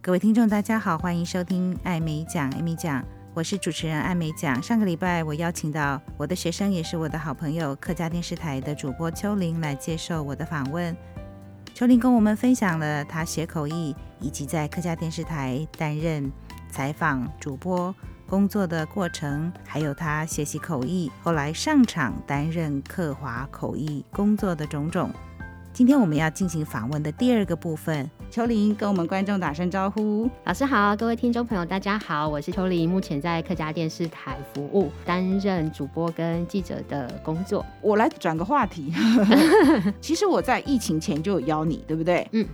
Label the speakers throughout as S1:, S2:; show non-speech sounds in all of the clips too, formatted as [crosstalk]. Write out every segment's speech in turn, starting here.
S1: 各位听众，大家好，欢迎收听艾美奖，艾米奖，我是主持人艾美奖。上个礼拜，我邀请到我的学生，也是我的好朋友，客家电视台的主播秋玲来接受我的访问。秋玲跟我们分享了她学口译以及在客家电视台担任采访主播工作的过程，还有她学习口译，后来上场担任客华口译工作的种种。今天我们要进行访问的第二个部分，秋玲跟我们观众打声招呼。
S2: 老师好，各位听众朋友，大家好，我是秋玲，目前在客家电视台服务，担任主播跟记者的工作。
S3: 我来转个话题，其实我在疫情前就有邀你，对不对？
S2: 嗯。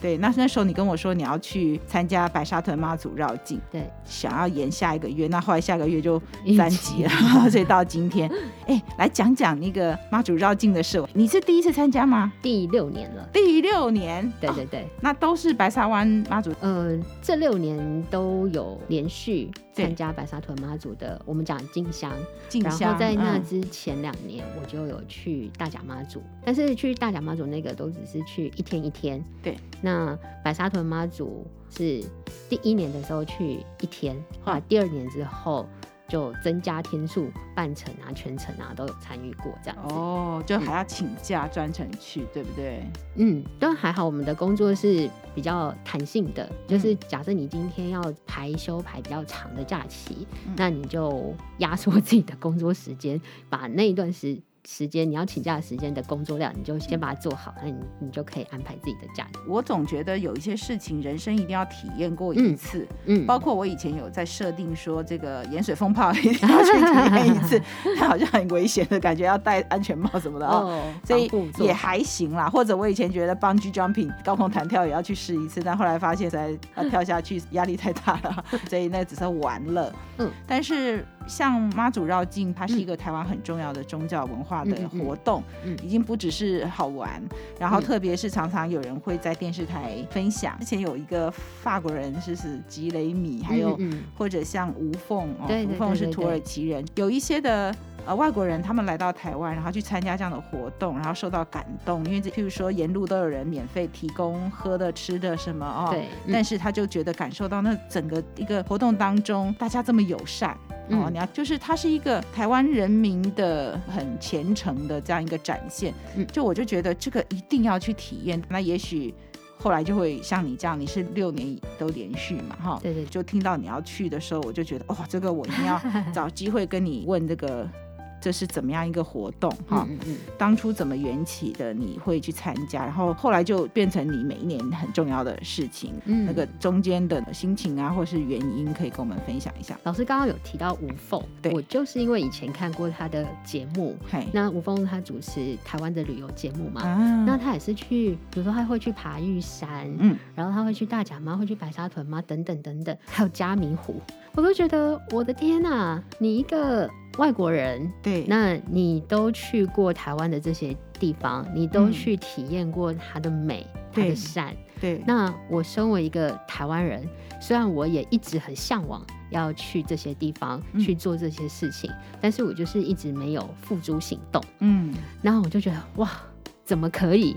S3: 对，那那时候你跟我说你要去参加白沙屯妈祖绕境，
S2: 对，
S3: 想要延下一个月，那后来下个月就
S2: 疫情
S3: 三级了， [laughs] 所以到今天，哎，来讲讲那个妈祖绕境的事。你是第一次参加吗？
S2: 第六年了，
S3: 第六年，
S2: 对
S3: 哦
S2: 对对，
S3: 那都是白沙湾妈祖
S2: 呃，这六年都有连续
S3: 对
S2: 参加白沙屯妈祖的，我们讲进香，
S3: 进
S2: 然
S3: 香，
S2: 后在那
S3: 嗯
S2: 之前两年，我就有去大甲妈祖，但是去大甲妈祖那个都只是去一天一天。
S3: 对，
S2: 那白沙屯妈祖是第一年的时候去一天，后来第二年之后就增加天数，半程啊、全程啊都有参与过这样子。
S3: 哦，就还要请假专程去，对不对？
S2: 嗯，但还好我们的工作是比较弹性的，
S3: 嗯
S2: 就是假设你今天要排休排比较长的假期，
S3: 嗯
S2: 那你就压缩自己的工作时间，把那一段时时间你要请假的时间的工作量，你就先把它做好，那你你就可以安排自己的假期。
S3: 我总觉得有一些事情，人生一定要体验过一
S2: 嗯
S3: 次。
S2: 嗯，
S3: 包括我以前有在设定说，这个盐水风炮一定 [laughs] 要去体验一次，但好像很危险的感觉，要戴安全帽什么的哦。
S2: 哦，
S3: 所以
S2: 防护做
S3: 也
S2: 好
S3: 还行啦，或者我以前觉得 bungee jumping 高空弹跳也要去试一次，但后来发现在
S2: [laughs]
S3: 要跳下去压力太大了， [laughs] 所以那只是玩乐。
S2: 嗯，
S3: 但是像妈祖绕境，它是一个台湾很重要的宗教文化
S2: 嗯
S3: 的
S2: 嗯嗯
S3: 活动，
S2: 嗯
S3: 已经不只是好玩，然后
S2: 嗯
S3: 特别是常常有人会在电视台分享，之前有一个法国人是是吉雷米，还有
S2: 嗯嗯
S3: 或者像吴凤哦，
S2: 对对
S3: 吴凤是
S2: 对对
S3: 土耳其人，有一些的呃外国人，他们来到台湾，然后去参加这样的活动，然后受到感动，因为这譬如说沿路都有人免费提供喝的、吃的什么哦，
S2: 对，嗯
S3: 但是他就觉得感受到那整个一个活动当中，大家这么友善。哦，
S2: 嗯
S3: 你要就是它是一个台湾人民的很虔诚的这样一个展现，
S2: 嗯
S3: 就我就觉得这个一定要去体验。那也许后来就会像你这样，你是六年都连续嘛，哈，
S2: 对对对
S3: 就听到你要去的时候，我就觉得哇、哦这个我一定要找机会跟你问这个 [laughs] 这是怎么样一个活动哈。
S2: 嗯嗯
S3: 当初怎么缘起的，你会去参加，然后后来就变成你每一年很重要的事情。
S2: 嗯
S3: 那个中间的心情啊，或是原因，可以跟我们分享一下。
S2: 老师刚刚有提到吴凤，
S3: 对
S2: 我就是因为以前看过他的节目，
S3: 嘿，
S2: 那吴凤他主持台湾的旅游节目嘛，
S3: 啊，
S2: 那他也是去，比如说他会去爬玉山，
S3: 嗯，
S2: 然后他会去大甲妈，会去白沙屯妈，等等等等，还有嘉明湖，我都觉得我的天呐、你一个外国人，
S3: 对，
S2: 那你都去过台湾的这些地方，你都
S3: 嗯
S2: 去体验过它的美，它
S3: 对
S2: 的善。
S3: 对，
S2: 那我身为一个台湾人，虽然我也一直很向往要去这些地方、
S3: 嗯
S2: 去做这些事情，但是我就是一直没有付诸行动。
S3: 嗯，
S2: 然后我就觉得哇，怎么可以？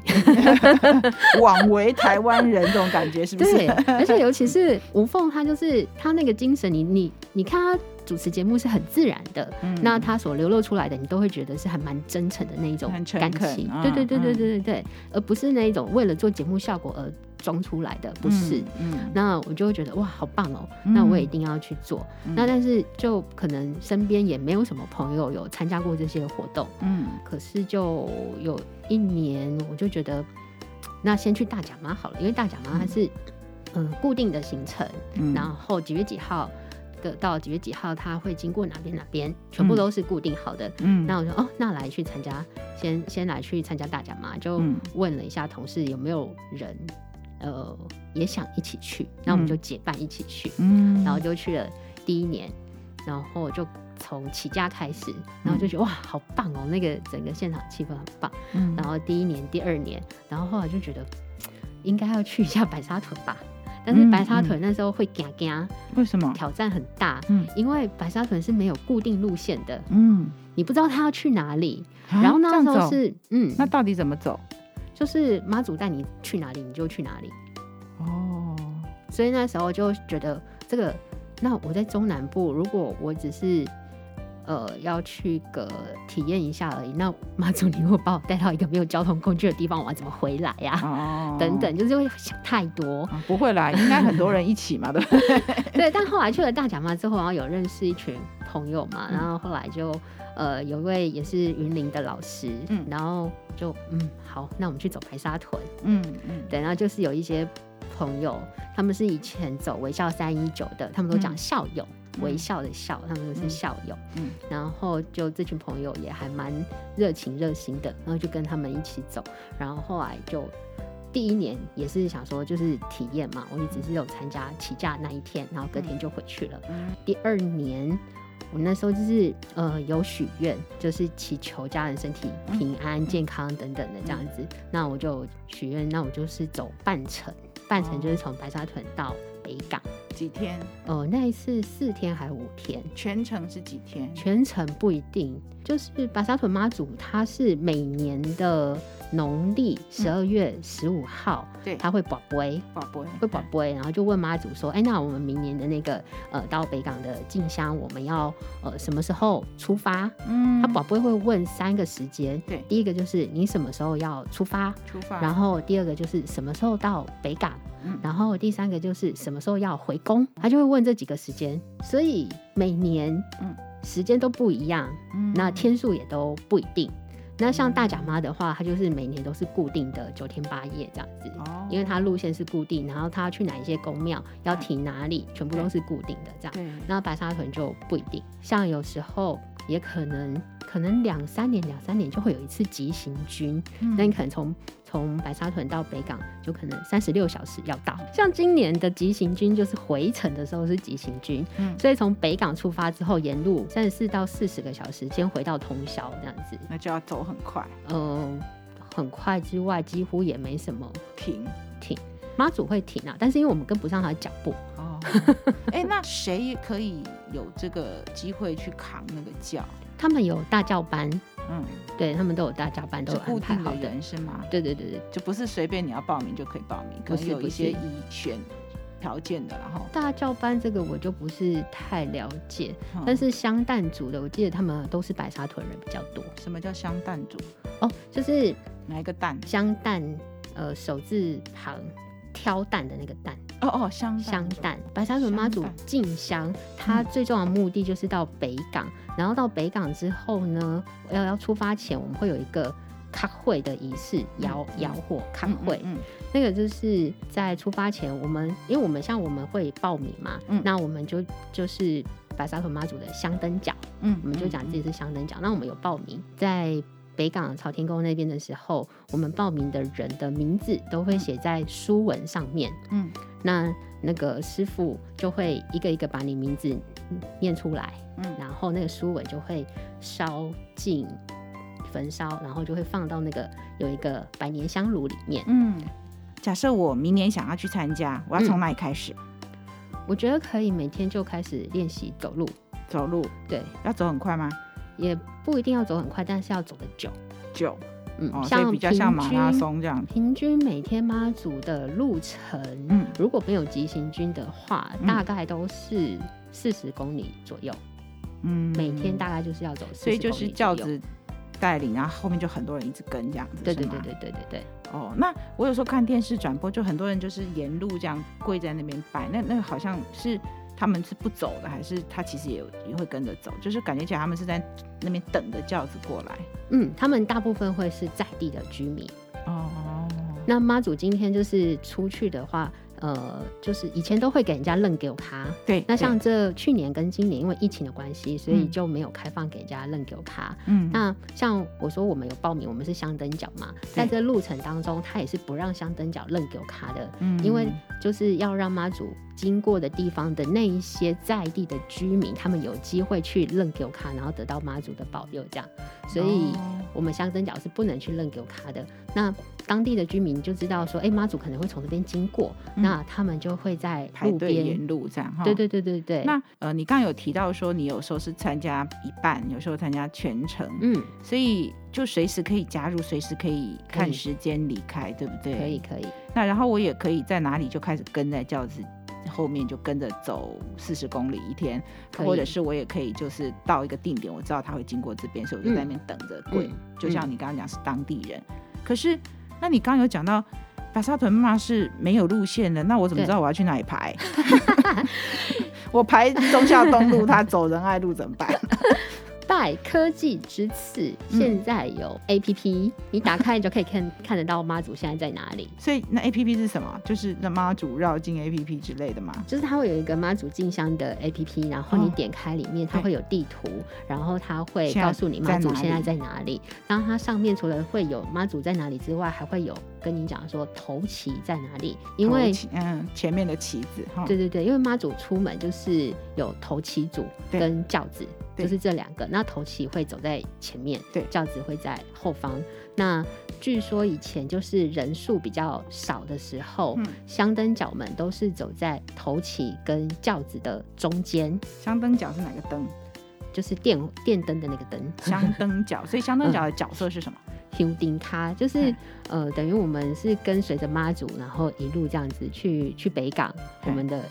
S3: 枉为台湾人这种感觉是不
S2: 对，
S3: 是？
S2: 而且尤其是吴凤，她就是她那个精神，你你你看她主持节目是很自然的，
S3: 嗯
S2: 那她所流露出来的，你都会觉得是还蛮真诚的那一种
S3: 很诚
S2: 感
S3: 恳
S2: 情，
S3: 啊
S2: 对对对对
S3: 嗯
S2: 对对对，而不是那一种为了做节目效果而装出来的，不是。
S3: 嗯，
S2: 那我就会觉得哇，好棒哦！
S3: 嗯
S2: 那我也一定要去做。
S3: 嗯
S2: 那但是就可能身边也没有什么朋友有参加过这些活动，
S3: 嗯
S2: 可是就有一年，我就觉得，那先去大甲妈好了，因为大甲妈它是嗯、呃固定的行程，
S3: 嗯，
S2: 然后几月几号的到几月几号，它会经过哪边哪边，全部都是固定好的。
S3: 嗯，
S2: 那我说哦，那来去参加，先先来去参加大甲妈，就
S3: 嗯
S2: 问了一下同事有没有人呃也想一起去，那我们
S3: 嗯
S2: 就结伴一起去。
S3: 嗯，
S2: 然后就去了第一年，然后就从起家开始，然后就觉得哇，好棒哦，那个整个现场气氛很棒。
S3: 嗯，
S2: 然后第一年、第二年，然后后来就觉得嘖应该要去一下白沙屯吧。但是
S3: 嗯
S2: 白沙屯那时候会嘎嘎，
S3: 为什么？
S2: 挑战很大，
S3: 嗯
S2: 因为白沙屯是没有固定路线的，
S3: 嗯，
S2: 你不知道他要去哪里。
S3: 啊
S2: 然后那时
S3: 这样
S2: 候
S3: 走
S2: 是，嗯，
S3: 那到底怎么走？
S2: 就是妈祖带你去哪里你就去哪里，
S3: 哦，
S2: 所以那时候就觉得这个，那我在中南部，如果我只是呃要去个体验一下而已，那妈祖你如果把我带到一个没有交通工具的地方，我要怎么回来呀、
S3: 哦，
S2: 等等，就是会想太多。
S3: 啊，不会啦，应该很多人一起嘛，对
S2: [laughs]
S3: 不对？
S2: 对，但后来去了大甲妈之后，然后有认识一群朋友嘛，
S3: 嗯
S2: 然后后来就呃有一位也是云林的老师，
S3: 嗯
S2: 然后就嗯好，那我们去走白沙屯，
S3: 嗯嗯，
S2: 对，然后就是有一些朋友，他们是以前走微笑三一九的，他们都讲
S3: 嗯
S2: 校友，
S3: 嗯
S2: 微笑的笑，他们都是
S3: 嗯
S2: 校友。
S3: 嗯
S2: 然后就这群朋友也还蛮热情热心的，然后就跟他们一起走，然后后来就。第一年也是想说，就是体验嘛，我也只是有参加起驾那一天，然后隔天就回去了。
S3: 嗯
S2: 第二年，我那时候就是呃有许愿，就是祈求家人身体平安、健康等等的这样
S3: 嗯
S2: 子。那我就许愿，那我就是走半程，半程就是从白沙屯到北港。
S3: 几天？
S2: 呃，那一次四天还五天，
S3: 全程是几天？
S2: 全程不一定。就是白沙屯妈祖，它是每年的农历十二月十五号，
S3: 对，
S2: 它会保杯。
S3: 宝贝，
S2: 会宝贝，然后就问妈祖说：“哎，那我们明年的那个呃，到北港的进香，我们要呃什么时候出发？”
S3: 嗯，
S2: 他宝贝会问三个时间，
S3: 对
S2: 第一个就是你什么时候要出发，
S3: 出发，
S2: 然后第二个就是什么时候到北港，
S3: 嗯
S2: 然后第三个就是什么时候要回宫，他就会问这几个时间，所以每年
S3: 嗯
S2: 时间都不一样，
S3: 嗯
S2: 那天数也都不一定。那像大甲妈的话，它就是每年都是固定的九天八夜这样子，
S3: 哦
S2: 因为它路线是固定，然后它要去哪一些宫庙，要停哪里，全部都是固定的这样。
S3: 对，
S2: 那白沙屯就不一定，像有时候也可能可能两三年两三年就会有一次急行军，
S3: 嗯
S2: 那你可能从从白沙屯到北港就可能三十六小时要到。像今年的急行军就是回程的时候是急行军，
S3: 嗯
S2: 所以从北港出发之后沿路三十四到四十个小时，先回到通宵这样子，
S3: 那就要走很快，
S2: 嗯、很快之外几乎也没什么。 [laughs]
S3: 停。
S2: 妈祖会停啊，但是因为我们跟不上他的脚步，
S3: 哦，哎，那谁可以有这个机会去扛那个轿？
S2: 他们有大教班，
S3: 嗯，
S2: 对他们都有大教班，都
S3: 是
S2: 有安
S3: 固
S2: 排
S3: 定
S2: 好
S3: 的
S2: 的。
S3: 人是吗？
S2: 对对对对，
S3: 就不是随便你要报名就可以报名，可
S2: 不
S3: 能
S2: 是
S3: 有
S2: 不
S3: 一些
S2: 是
S3: 以选条件的，然后，
S2: 大教班这个我就不是太了解，
S3: 嗯
S2: 但是香蛋族的，我记得他们都是白沙屯人比较多
S3: 嗯什么叫香蛋组？
S2: 哦，就是
S3: 哪一个蛋？
S2: 香蛋，呃，手字旁挑蛋的那个蛋，
S3: 哦哦，香蛋
S2: 香
S3: 族
S2: 蛋。白沙屯妈祖
S3: 香蛋
S2: 进香，它
S3: 嗯
S2: 最重要的目的就是到北港，然后到北港之后呢，要要出发前，我们会有一个。卡会的仪式，摇
S3: 嗯
S2: 摇火卡
S3: 嗯
S2: 会，
S3: 嗯
S2: 那个就是在出发前，我们因为我们像我们会报名嘛，
S3: 嗯
S2: 那我们就就是白沙屯妈祖的香灯脚，
S3: 嗯，
S2: 我们就讲自己
S3: 己
S2: 是香灯脚。那我们有报名，在北港朝天宫那边的时候，我们报名的人的名字都会写在书文上面。
S3: 嗯
S2: 那那个师傅就会一个一个把你名字念出来，
S3: 嗯
S2: 然后那个书文就会烧尽焚烧，然后就会放到那个有一个百年香炉里面。
S3: 嗯。假设我明年想要去参加，我要从哪里开始？
S2: 我觉得可以每天就开始练习走路，
S3: 走路
S2: 对，
S3: 要走很快吗？
S2: 也不一定要走很快，但是要走得久。
S3: 九
S2: 嗯，
S3: 哦，所以比较像马拉
S2: 平均
S3: 松这样。
S2: 平均每天妈祖的路程，
S3: 嗯
S2: 如果没有急行军的话，
S3: 嗯
S2: 大概都是四十公里左右，
S3: 嗯，
S2: 每天大概就是要走40
S3: 所以就是
S2: 公
S3: 轿
S2: 里左右。
S3: 子带领，然后后面就很多人一直跟这样子。
S2: 对对
S3: 是吗
S2: 对对对对对，
S3: 哦，那我有时候看电视转播，就很多人就是沿路这样跪在那边拜，那那个好像是他们是不走的，还是他其实也有也会跟着走，就是感觉起来他们是在那边等着轿子过来。
S2: 嗯，他们大部分会是在地的居民。
S3: 哦，
S2: 那妈祖今天就是出去的话，呃，就是以前都会给人家愣给我卡。
S3: 对，
S2: 那
S3: 对
S2: 像这去年跟今年因为疫情的关系，所以
S3: 嗯
S2: 就没有开放给人家认给我卡。
S3: 嗯
S2: 那像我说我们有报名，我们是香灯脚嘛，在这路程当中，他也是不让香灯脚认给我卡的，
S3: 嗯
S2: 因为就是要让妈祖经过的地方的那一些在地的居民，他们有机会去认给我卡，然后得到妈祖的保佑，这样。所以
S3: 哦
S2: 我们乡镇角是不能去认给卡的。那当地的居民就知道说，哎、妈祖可能会从这边经过，
S3: 嗯
S2: 那他们就会在
S3: 排
S2: 路
S3: 队
S2: 边。
S3: 沿路这样哈。
S2: 对对对对对，
S3: 那呃，你刚刚有提到说你有时候是参加一半，有时候参加全程，
S2: 嗯，
S3: 所以就随时可以加入，随时可以
S2: 可
S3: 看
S2: 以
S3: 时间离开，对不对？
S2: 可以。可以，
S3: 那然后我也可以在哪里就开始跟在轿子后面，就跟着走四十公里一天，
S2: 可以
S3: 或者是我也可以就是到一个定点，我知道他会经过这边，所以我就在那边等着跪。
S2: 嗯
S3: 就像你刚刚讲是当地人，可是那你刚刚有讲到。白沙屯妈妈是没有路线的，那我怎么
S2: 对
S3: 知道我要去哪里排？ [laughs] 我排忠孝东路，他走仁爱路怎么办？ [laughs]
S2: 拜科技之赐，
S3: 嗯
S2: 现在有 A P P，、你打开你就可以看 [laughs] 看得到妈祖现在在哪里。
S3: 所以那 A P P 是什么？就是让妈祖绕境 A P P 之类的嘛。
S2: 就是它会有一个妈祖进香的 A P P，然后你
S3: 哦
S2: 点开里面，它
S3: 对
S2: 会有地图，然后它会
S3: 现在
S2: 告诉你
S3: 在
S2: 妈祖
S3: 哪
S2: 现在
S3: 里
S2: 在哪里。然后它上面除了会有妈祖在哪里之外，还会有跟你讲说头旗在哪里，因为
S3: 头旗嗯前面的旗子哈，
S2: 对对对，因为妈祖出门就是有头旗组
S3: 对
S2: 跟轿子，
S3: 对
S2: 就是这两个。那头旗会走在前面，
S3: 对
S2: 轿子会在后方。那据说以前就是人数比较少的时候，
S3: 嗯
S2: 香灯脚们都是走在头旗跟轿子的中间，
S3: 香灯脚是哪个灯？
S2: 就是电电灯的那个灯。
S3: 香灯脚，所以香
S2: 嗯
S3: 灯脚的角色是
S2: [laughs]
S3: 什么？
S2: 丢丁咖，就是呃，等于我们是跟随着妈祖，然后一路这样子去去北港，我
S3: 对
S2: 们的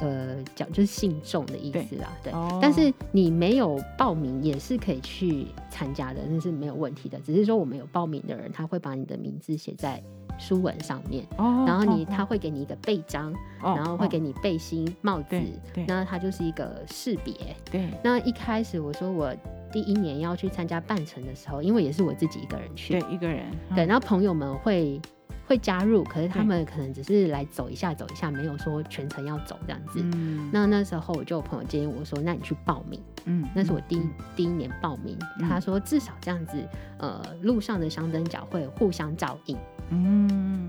S2: 呃讲就是信众的意思啦，对。
S3: 哦
S2: 但是你没有报名也是可以去参加的，那是没有问题的。只是说我们有报名的人，他会把你的名字写在书文上面，
S3: 哦
S2: 然后你
S3: 哦
S2: 他会给你一个背章，
S3: 哦
S2: 然后会给
S3: 哦
S2: 你背心、帽子
S3: 对，对
S2: 那它就是一个识别。
S3: 对
S2: 那一开始我说我第一年要去参加半程的时候，因为也是我自己一个人去
S3: 对，一个人
S2: 对，
S3: 嗯
S2: 然后朋友们会会加入，可是他
S3: 对
S2: 们可能只是来走一下走一下，没有说全程要走这样子。
S3: 嗯
S2: 那那时候我就有朋友建议我说，那你去报名。
S3: 嗯
S2: 那是我第一、
S3: 嗯
S2: 第一年报名，
S3: 嗯
S2: 他说至少这样子，呃，路上的香灯脚会互相照应，
S3: 嗯。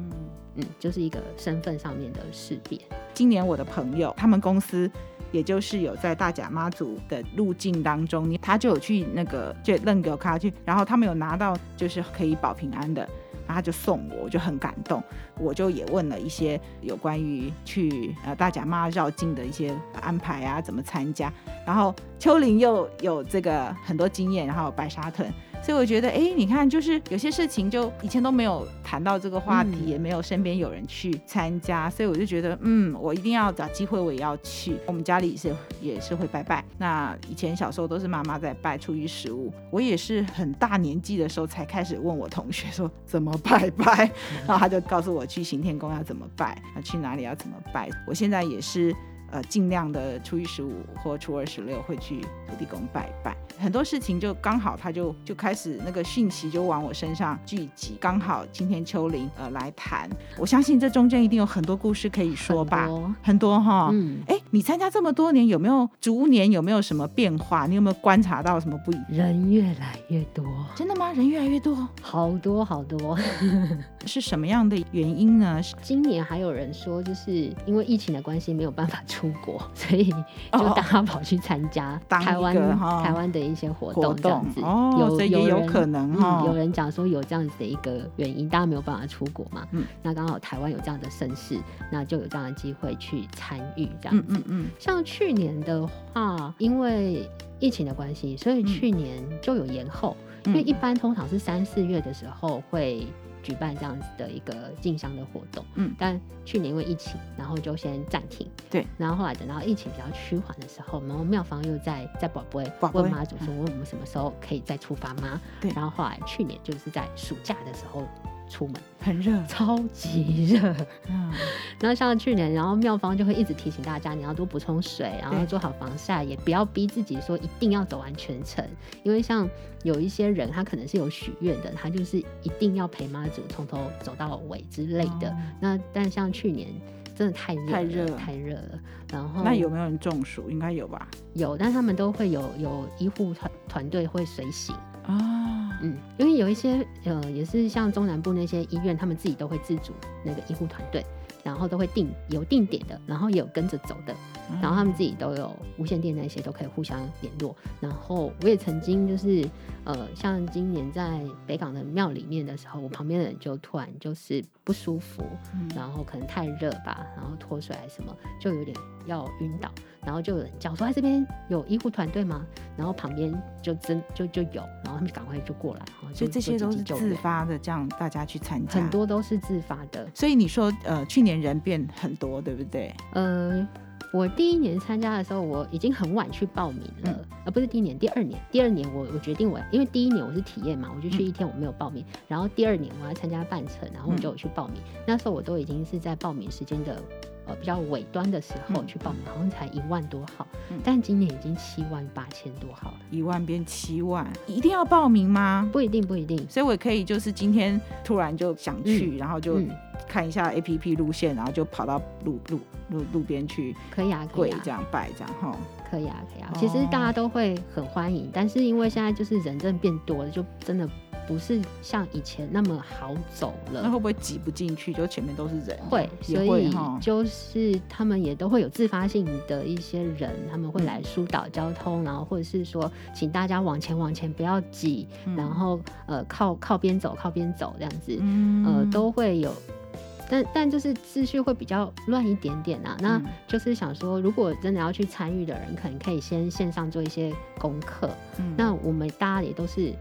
S2: 嗯，就是一个身份上面的识别。
S3: 今年我的朋友他们公司。也就是有在大甲妈祖的路径当中，你他就有去那个就愣给我卡去，然后他们有拿到就是可以保平安的，然后他就送我，我就很感动，我就也问了一些有关于去呃大甲妈绕境的一些安排啊，怎么参加，然后秋玲又有这个很多经验，然后白沙屯，所以我觉得哎，诶你看就是有些事情就以前都没有谈到这个话题，
S2: 嗯
S3: 也没有身边有人去参加，所以我就觉得嗯，我一定要找机会我也要去。我们家里是也是会拜拜，那嗯以前小时候都是妈妈在拜初一十五，我也是很大年纪的时候才开始问我同学说怎么拜拜，然后他就告诉我去行天宫要怎么拜，啊去哪里要怎么拜。我现在也是呃尽量的初一十五或初二十六会去土地公拜拜，很多事情就刚好他就就开始那个讯息就往我身上聚集，刚好今天秋玲呃来谈，我相信这中间一定有很多故事可以说吧哦
S2: 很，多
S3: 很多哈。
S2: 嗯，
S3: 哎，你参加这么多年，有没有逐年有没有什么变化？你有没有观察到什么不一？
S2: 人越来越多，
S3: 真的吗？人越来越多，
S2: 好多好多。 [laughs]
S3: 是什么样的原因呢？是
S2: 今年还有人说，就是因为疫情的关系没有办法出国，所以
S3: 哦
S2: 就大家跑去参加
S3: 当一个
S2: 台湾、
S3: 哈
S2: 台湾的一些活
S3: 活
S2: 动这样
S3: 动
S2: 子。
S3: 哦所以也有
S2: 人
S3: 可能
S2: 嗯
S3: 哈
S2: 有人讲说有这样子的一个原因，大家没有办法出国嘛。
S3: 嗯
S2: 那刚好台湾有这样的盛事，那就有这样的机会去参与这样
S3: 嗯
S2: 子。
S3: 嗯嗯，
S2: 像去年的话，因为疫情的关系，所
S3: 嗯
S2: 以去年就有延后。因为一般通常是三四月的时候会举办这样子的一个进香的活动，
S3: 嗯
S2: 但去年因为疫情，然后就先暂停，
S3: 对，
S2: 然后后来等到疫情比较趋缓的时候，然后妙方又在在宝贝
S3: 宝贝嗯
S2: 问妈祖说，问我们什么时候可以再出发吗？
S3: 对
S2: 然后后来去年就是在暑假的时候出门，
S3: 很热，
S2: 超级热，
S3: 嗯，
S2: 然后像去年，然后妙方就会一直提醒大家，你要多补充水，然后
S3: 对
S2: 做好防晒，也不要逼自己说一定要走完全程，因为像有一些人他可能是有许愿的，他就是一定要陪妈祖从头走到尾之类的。
S3: 哦
S2: 那但像去年真的太热了，
S3: 太热了
S2: 太热了。然后
S3: 那有没有人中暑？应该有吧？
S2: 有，但他们都会有有医护团团队会随行，
S3: 啊，
S2: 嗯，因为有一些呃，也是像中南部那些医院，他们自己都会自主那个医护团队，然后都会定有定点的，然后也有跟着走的，
S3: 嗯
S2: 然后他们自己都有无线电那些都可以互相联络。然后我也曾经就是呃，像今年在北港的庙里面的时候，我旁边的人就突然就是不舒服，
S3: 嗯
S2: 然后可能太热吧，然后脱水还是什么，就有点要晕倒，然后就有人叫说：“哎，这边有医护团队吗？”然后旁边就真就就有，然后他们赶快就过来，然后就
S3: 所以这些
S2: 就
S3: 都
S2: 紧
S3: 是
S2: 急救
S3: 自
S2: 援
S3: 发的，这样大家去参加
S2: 很。多都是自发的。
S3: 所以你说，呃，去年人变很多，对不对？
S2: 呃，我第一年参加的时候，我已经很晚去报名了，
S3: 嗯
S2: 呃，不是第一年，第二年，第二年我我决定我，因为第一年我是体验嘛，我就去
S3: 嗯
S2: 一天，我没有报名，然后第二年我要参加半程，然后我就有去报名，那时候我都已经是在报名时间的。呃，比较尾端的时候
S3: 嗯
S2: 去报名，好像才一万多号，
S3: 嗯
S2: 但今年已经七万八千多号了，
S3: 一万变七万，一定要报名吗？
S2: 不一定，不一定，
S3: 所以我可以就是今天突然就想去，然后就
S2: 嗯，
S3: 看一下 A P P 路线，然后就跑到路路路路边去
S2: 可以啊，可
S3: 跪
S2: 以啊，
S3: 这样拜这样哈。
S2: 可以啊，可以啊
S3: 哦。
S2: 其实大家都会很欢迎，但是因为现在就是人真的变多了，就真的不是像以前那么好走
S3: 那
S2: 了
S3: 会。不会挤不进去？就前面都是人，
S2: 呃会，
S3: 也
S2: 所
S3: 会
S2: 以
S3: 哈。
S2: 就是他们也都会有自发性的一些人，他们会来疏导交通，然后或者是说，请大家往前往前，不要挤，
S3: 嗯
S2: 然后呃靠靠边走，靠边走这样子，
S3: 嗯
S2: 呃都会有，但但就是秩序会比较乱一点点啊。那
S3: 嗯
S2: 就是想说，如果真的要去参与的人，可能可以先线上做一些功课。
S3: 嗯
S2: 那我们大家也都是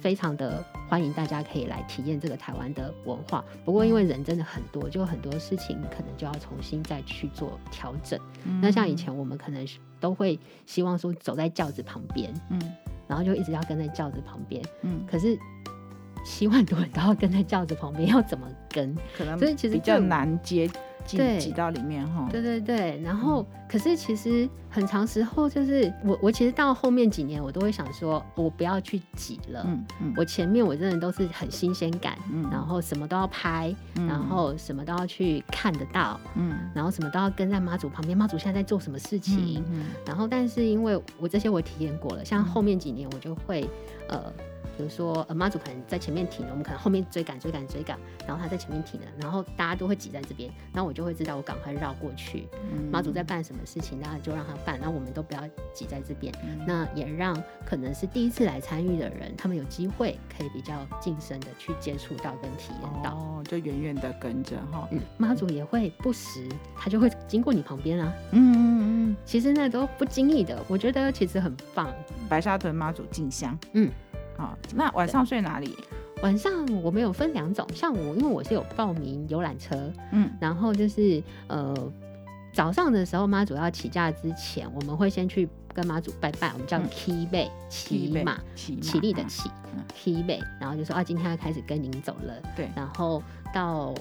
S2: 非常的欢迎大家可以来体验这个台湾的文化。不过
S3: 嗯
S2: 因为人真的很多，就很多事情可能就要重新再去做调整。
S3: 嗯
S2: 那像以，前我们可能是都会希望说走在轿子旁边，
S3: 嗯嗯
S2: 然后就一直要跟在轿子旁边，
S3: 嗯，
S2: 可是。七万多人都要跟在轿子旁边，要怎么跟？
S3: 可能
S2: 所以其实
S3: 比较
S2: 这种
S3: 难接进
S2: 对
S3: 挤到里面哈。
S2: 对对对，然后可是其实很长时候就是我我其实到后面几年我都会想说，我不要去挤了。
S3: 嗯嗯，
S2: 我前面我真的都是很新鲜感，
S3: 嗯
S2: 然后什么都要拍，
S3: 嗯
S2: 然后什么都要去看得到，
S3: 嗯
S2: 然后什么都要跟在妈祖旁边，妈祖现在在做什么事情。
S3: 嗯
S2: 然后但是因为我这些我体验过了，像
S3: 嗯
S2: 后面几年我就会呃。比如说，呃，妈祖可能在前面停了，我们可能后面追赶、追赶、追赶，然后他在前面停了，然后大家都会挤在这边，然后我就会知道我赶快绕过去，
S3: 嗯
S2: 妈祖在办什么事情，那就让他办，那我们都不要挤在这边，
S3: 嗯
S2: 那也让可能是第一次来参与的人，他们有机会可以比较近身的去接触到跟体验到。
S3: 哦，就远远的跟着哈。
S2: 嗯，妈祖也会不时，他就会经过你旁边啊。
S3: 嗯嗯
S2: 其实那都不经意的，我觉得其实很棒。
S3: 嗯，白沙屯妈祖进香。
S2: 嗯，
S3: 好，那晚上睡哪里？
S2: 晚上我们有分两种，像我因为我是有报名游览车，
S3: 嗯
S2: 然后就是呃，早上的时候妈祖要起驾之前，我们会先去跟妈祖拜拜，我们叫
S3: 嗯
S2: K 背骑马，
S3: 骑
S2: 起立的
S3: 嗯
S2: 起
S3: 嗯
S2: K 背，然后就说啊，今天要开始跟您走了。
S3: 对
S2: 然后到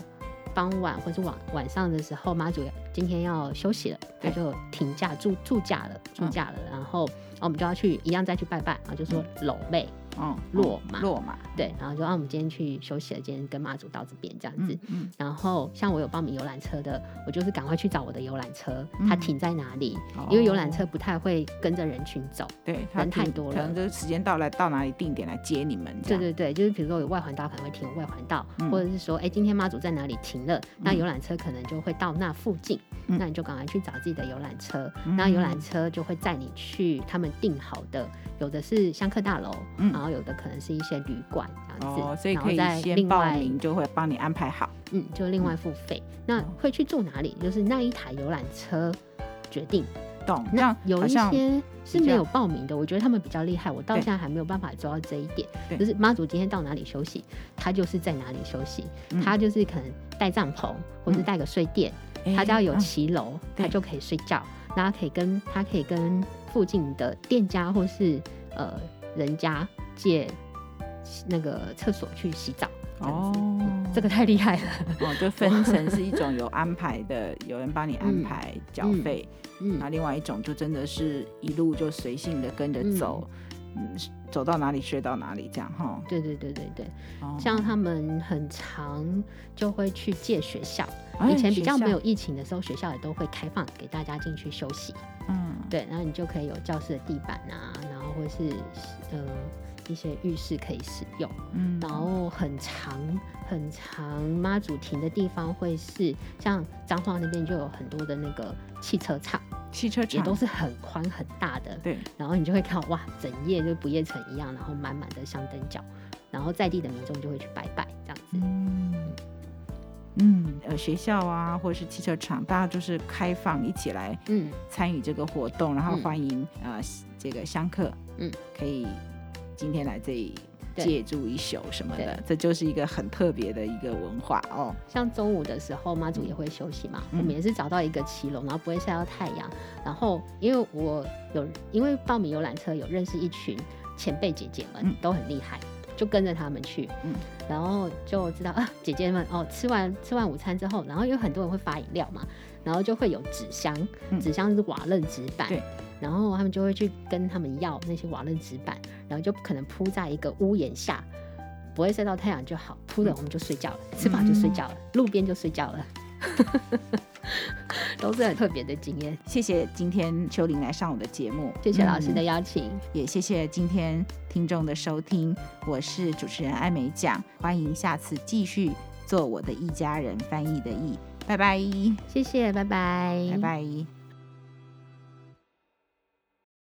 S2: 傍晚或是晚晚上的时候，妈祖今天要休息了，他
S3: 对嗯
S2: 就停驾住住驾了，住驾了。然后、啊我们就要去一样再去拜拜，然后就说搂妹，
S3: 哦，
S2: 落马
S3: 落马，
S2: 对，然后就啊我们今天去休息了，今天跟妈祖到这边这样子。
S3: 嗯嗯
S2: 然后像我有报名游览车的，我就是赶快去找我的游览车，它
S3: 嗯
S2: 停在哪里？
S3: 哦
S2: 因为游览车不太会跟着人群走。
S3: 对，他
S2: 人太
S3: 停
S2: 多
S3: 可
S2: 了
S3: 能就是时间到了，到哪里定点来接你们这
S2: 对
S3: 样。
S2: 对对，就是比如说有外环道可能会停外环道，
S3: 嗯
S2: 或者是说，哎，今天妈祖在哪里停了，那
S3: 嗯
S2: 游览车可能就会到那附近，
S3: 嗯
S2: 那你就赶快去找自己的游览车，那游览车就会载你去他们定好的，有的是香客大楼，
S3: 嗯
S2: 然后有的可能是一些旅馆这样子，
S3: 哦，所以
S2: 然后
S3: 可以
S2: 再
S3: 先
S2: 另
S3: 报
S2: 外
S3: 名，就会帮你安排好。
S2: 嗯，就另外付费。那
S3: 哦
S2: 会去住哪里，就是那一台游览车决定。
S3: 懂，这
S2: 那
S3: 样
S2: 有
S3: 好
S2: 一
S3: 像
S2: 些是
S3: 比
S2: 没
S3: 较
S2: 有报名的，我觉得他们比较厉害，我到
S3: 对
S2: 现在还没有办法做到这一点。
S3: 对
S2: 就是妈祖今天到哪里休息，他就是在哪里休息，
S3: 嗯
S2: 他就是可能带帐篷或是
S3: 嗯
S2: 带个睡垫，
S3: 哎
S2: 他只要有
S3: 嗯
S2: 骑楼，他
S3: 对
S2: 就可以睡觉，然后可以跟他可以跟附近的店家或是呃人家借那个厕所去洗澡。这样子
S3: 哦
S2: 嗯这个太厉害了。
S3: 哦，就分成是一种有安排的，有人
S2: [laughs]
S3: 帮你安排缴
S2: 嗯
S3: 费，
S2: 嗯
S3: 然后，另外一种就真的是一路就随性的跟着
S2: 嗯
S3: 走，嗯，走到哪里睡到哪里这样哈。
S2: [laughs] 对对对对对，
S3: 哦
S2: 像他们很常就会去借学校。
S3: 哎
S2: 以前比较
S3: 学校
S2: 没有疫情的时候，学校也都会开放给大家进去休息。
S3: 嗯
S2: 对，然后你就可以有教室的地板啊，然后或是呃一些浴室可以使用。
S3: 嗯
S2: 然后很长很长妈祖停的地方会是像彰化那边就有很多的那个汽车厂，
S3: 汽车
S2: 也
S3: 厂
S2: 都是很宽很大的，
S3: 对，
S2: 然后你就会看到哇，整夜就不夜城一样，然后满满的香灯脚，然后在地的民众就会去拜拜这样子。
S3: 嗯嗯，呃，学校啊，或者是汽车厂，大家就是开放一起来
S2: 嗯，
S3: 参与这个活动，然后
S2: 嗯
S3: 欢迎、呃这个香客，
S2: 嗯，
S3: 可以今天来这里
S2: 对
S3: 借住一宿什么的
S2: 对，
S3: 这就是一个很特别的一个文化哦。
S2: 像中午的时候，妈祖也会休息嘛，
S3: 嗯
S2: 我们也是找到一个骑楼，然后不会晒到太阳。然后因为我有因为报名游览车有认识一群前辈姐姐们
S3: 嗯，
S2: 都很厉害，就跟着他们去，
S3: 嗯
S2: 然后就知道啊，姐姐们哦，吃完吃完午餐之后，然后有很多人会发饮料嘛，然后就会有纸箱，
S3: 嗯
S2: 纸箱是瓦楞纸板，
S3: 对
S2: 然后他们就会去跟他们要那些瓦楞纸板，然后就可能铺在一个屋檐下，不会晒到太阳就好，铺
S3: 嗯
S2: 了我们就睡觉了，吃饱就睡觉了，路边就睡觉了， [laughs] 都是很特别的经验。
S3: 谢谢今天秋玲来上我的节目，
S2: 谢谢老师
S3: 嗯
S2: 的邀请，
S3: 也谢谢今天听众的收听，我是主持人艾美奖，欢迎下次继续做我的一家人翻译的译，拜拜，
S2: 谢谢，拜拜，
S3: 拜拜。